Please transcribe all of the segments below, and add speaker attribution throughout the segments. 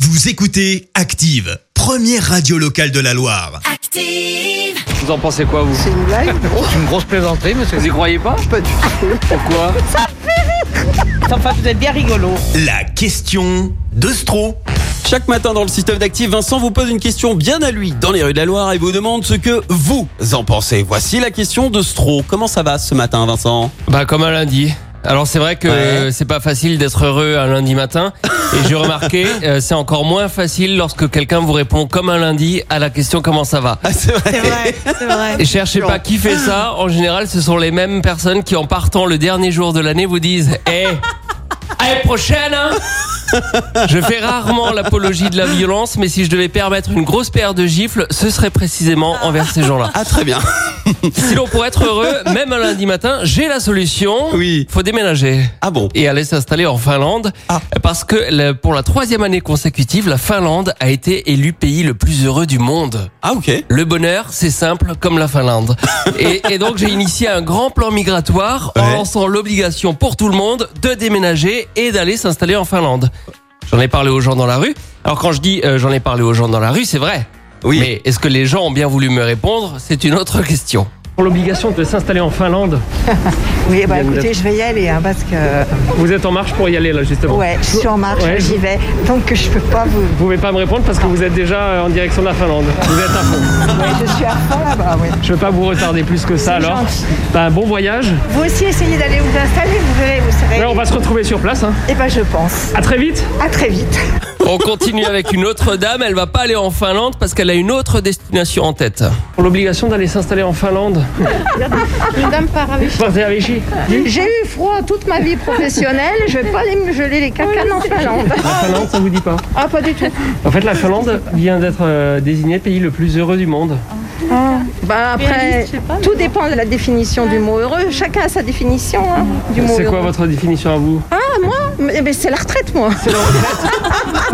Speaker 1: Vous écoutez Active, première radio locale de la Loire.
Speaker 2: Active!
Speaker 3: Vous en pensez quoi, vous
Speaker 4: C'est une blague
Speaker 3: Une grosse plaisanterie, monsieur Vous y croyez pas
Speaker 4: Pas du tout.
Speaker 3: Pourquoi
Speaker 4: Enfin, vous êtes bien rigolo.
Speaker 1: La question de Stro.
Speaker 5: Chaque matin dans le système d'actifs, Vincent vous pose une question bien à lui dans les rues de la Loire et vous demande ce que vous en pensez. Voici la question de Stro. Comment ça va ce matin, Vincent
Speaker 6: Bah comme un lundi. Alors c'est vrai que
Speaker 5: Ouais.
Speaker 6: euh, c'est pas facile d'être heureux un lundi matin et j'ai remarqué euh, c'est encore moins facile lorsque quelqu'un vous répond comme un lundi à la question comment ça va.
Speaker 5: Ah, c'est vrai.
Speaker 7: C'est vrai, c'est
Speaker 4: Ah,
Speaker 7: vrai.
Speaker 6: Et cherchez pas qui fait ça, en général ce sont les mêmes personnes qui en partant le dernier jour de l'année vous disent "Eh à la prochaine hein Je fais rarement l'apologie de la violence mais si je devais permettre une grosse paire de gifles, ce serait précisément envers ces gens-là.
Speaker 5: Ah, très bien.
Speaker 6: Si l'on pourrait être heureux même un lundi matin, j'ai la solution.
Speaker 5: Oui.
Speaker 6: Faut déménager.
Speaker 5: Ah bon
Speaker 6: et aller s'installer en Finlande
Speaker 5: Ah.
Speaker 6: parce que le- pour la troisième année consécutive, la Finlande a été élue pays le plus heureux du monde.
Speaker 5: Ah, ok.
Speaker 6: Le bonheur, c'est simple comme la Finlande. et, et donc j'ai initié un grand plan migratoire en
Speaker 5: Ouais.
Speaker 6: lançant l'obligation pour tout le monde de déménager et d'aller s'installer en Finlande. J'en ai parlé aux gens dans la rue. Alors quand je dis euh, j'en ai parlé aux gens dans la rue, c'est vrai.
Speaker 5: Oui.
Speaker 6: Mais est-ce que les gens ont bien voulu me répondre C'est une autre question. Pour l'obligation de s'installer en Finlande,
Speaker 7: Oui, bah écoutez, je vais y aller hein, parce que
Speaker 6: vous êtes en marche pour y aller là justement.
Speaker 7: ouais, je suis en marche,
Speaker 6: Ouais.
Speaker 7: j'y vais. Donc je peux pas vous.
Speaker 6: Vous pouvez pas me répondre parce que vous êtes déjà euh, en direction de la Finlande. Vous êtes à fond.
Speaker 7: Ouais, je suis à fond là-bas. Ouais.
Speaker 6: Je veux pas vous retarder plus que ça alors.
Speaker 7: gentil.
Speaker 6: Bah, bon voyage.
Speaker 7: Vous aussi essayez d'aller vous installer, vous verrez, vous serez.
Speaker 6: Ouais, on va se retrouver sur place. Hein.
Speaker 7: Et ben je pense.
Speaker 6: À très vite.
Speaker 7: À très vite.
Speaker 6: On continue avec une autre dame. Elle va pas aller en Finlande parce qu'elle a une autre destination en tête. Pour l'obligation d'aller s'installer en Finlande.
Speaker 8: Une dame Ah. part avec-
Speaker 6: Partez à Vichy.
Speaker 8: J'ai eu froid toute ma vie professionnelle, je vais pas aller me geler les cacanes en Finlande.
Speaker 6: La Finlande, ça vous dit pas
Speaker 8: Ah, pas du tout.
Speaker 6: En fait, la Finlande vient d'être euh, désignée pays le plus heureux du monde.
Speaker 7: Ah.
Speaker 8: Bah, après, tout dépend de la définition du mot heureux. Chacun a sa définition hein, du mot
Speaker 6: C'est quoi
Speaker 8: heureux.
Speaker 6: votre définition à vous
Speaker 8: Ah, moi mais, mais C'est la retraite, moi.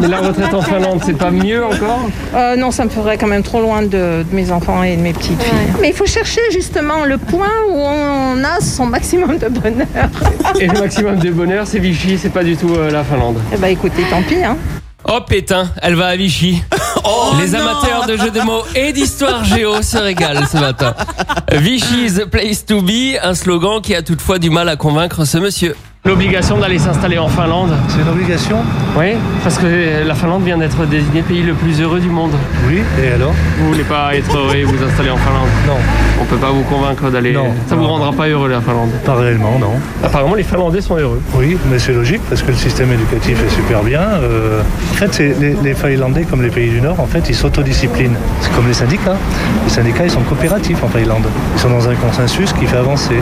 Speaker 6: Mais la retraite en Finlande, c'est pas mieux encore
Speaker 8: Euh, non, ça me ferait quand même trop loin de, de mes enfants et de mes petites filles. Mais il faut chercher justement le point où on a son maximum de bonheur.
Speaker 6: Et le maximum de bonheur, c'est Vichy, c'est pas du tout euh, la Finlande.
Speaker 8: Eh bah, écoutez, tant pis. Hein.
Speaker 6: Oh pétain, elle va à Vichy. Les amateurs de jeux de mots et d'histoire géo se régalent ce matin. Vichy's place to be, un slogan qui a toutefois du mal à convaincre ce monsieur. L'obligation d'aller s'installer en Finlande.
Speaker 9: C'est une obligation
Speaker 6: Oui, parce que la Finlande vient d'être désignée pays le plus heureux du monde.
Speaker 9: Oui. Et alors
Speaker 6: Vous voulez pas être heureux et vous installer en Finlande
Speaker 9: Non.
Speaker 6: On peut pas vous convaincre d'aller.
Speaker 9: Non.
Speaker 6: Ça vous rendra pas heureux la Finlande.
Speaker 9: Pas réellement, non.
Speaker 6: Apparemment, les Finlandais sont heureux.
Speaker 9: Oui, mais c'est logique parce que le système éducatif est super bien. euh. En fait, c'est les, les Finlandais, comme les pays du Nord, en fait, ils s'autodisciplinent. C'est comme les syndicats. Les syndicats, ils sont coopératifs en Finlande. Ils sont dans un consensus qui fait avancer.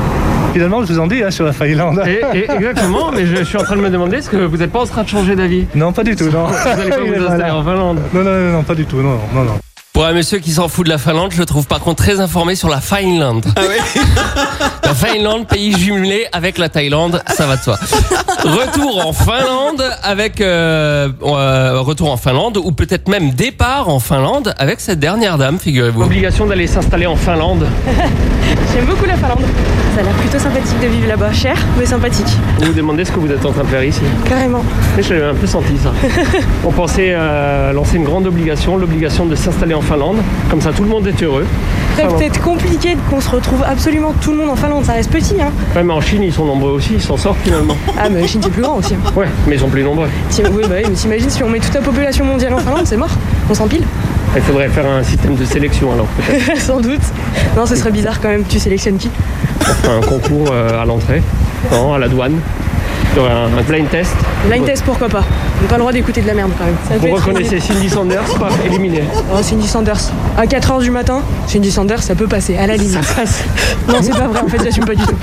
Speaker 9: Finalement, je vous en dis hein, sur la Finlande.
Speaker 6: Et, et- exactement, mais je, je suis en train de me demander est-ce que vous n'êtes pas en train de changer d'avis
Speaker 9: Non, pas du tout, non.
Speaker 6: Vous allez pas vous
Speaker 9: Et
Speaker 6: installer
Speaker 9: voilà.
Speaker 6: en Finlande
Speaker 9: Non, non, non, non, pas du tout, non, non, non.
Speaker 6: Pour un monsieur qui s'en fout de la Finlande, je le trouve par contre très informé sur la Finlande. la Finlande, pays jumelé avec la Thaïlande, ça va de soi. Retour en Finlande avec euh, euh, retour en Finlande ou peut-être même départ en Finlande avec cette dernière dame, figurez-vous. Obligation d'aller s'installer en Finlande.
Speaker 4: J'aime beaucoup la Finlande. Ça a l'air plutôt sympathique de vivre là-bas. Cher, mais sympathique.
Speaker 6: Vous vous demandez ce que vous êtes en train de faire ici
Speaker 4: Carrément.
Speaker 6: Je l'avais un peu senti ça. On pensait euh, lancer une grande obligation, l'obligation de s'installer en Finlande. Comme ça, tout le monde est heureux.
Speaker 4: Après,
Speaker 6: Finlande.
Speaker 4: peut-être compliqué qu'on se retrouve absolument tout le monde en Finlande. Ça reste petit, hein.
Speaker 6: Même en Chine, ils sont nombreux aussi, ils s'en sortent finalement.
Speaker 4: Ah, mais la Chine, c'est plus grand aussi.
Speaker 6: Ouais, mais ils sont plus nombreux.
Speaker 4: Si- Oui, bah oui, mais t'imagines, si on met toute la population mondiale en Finlande, c'est mort. On s'empile.
Speaker 6: Il faudrait faire un système de sélection alors, peut-être.
Speaker 4: Sans doute. Non, ce serait bizarre quand même. Tu sélectionnes qui
Speaker 6: un concours euh, à l'entrée, non, à la douane. Il y aurait un, un blind test.
Speaker 4: Blind test, pourquoi pas On n'a pas le droit d'écouter de la merde quand même. Ça peut
Speaker 6: Vous
Speaker 4: être-
Speaker 6: reconnaissez Cindy Sanders, pas éliminé.
Speaker 4: Oh, Cindy Sanders. À 4h du matin, Cindy Sanders, ça peut passer, à la limite. Non, c'est pas vrai, en fait, j'assume pas du tout.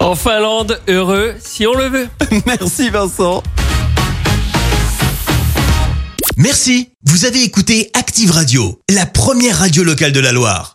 Speaker 6: En Finlande, heureux si on le veut.
Speaker 5: Merci, Vincent.
Speaker 1: Merci. Vous avez écouté Active Radio, la première radio locale de la Loire.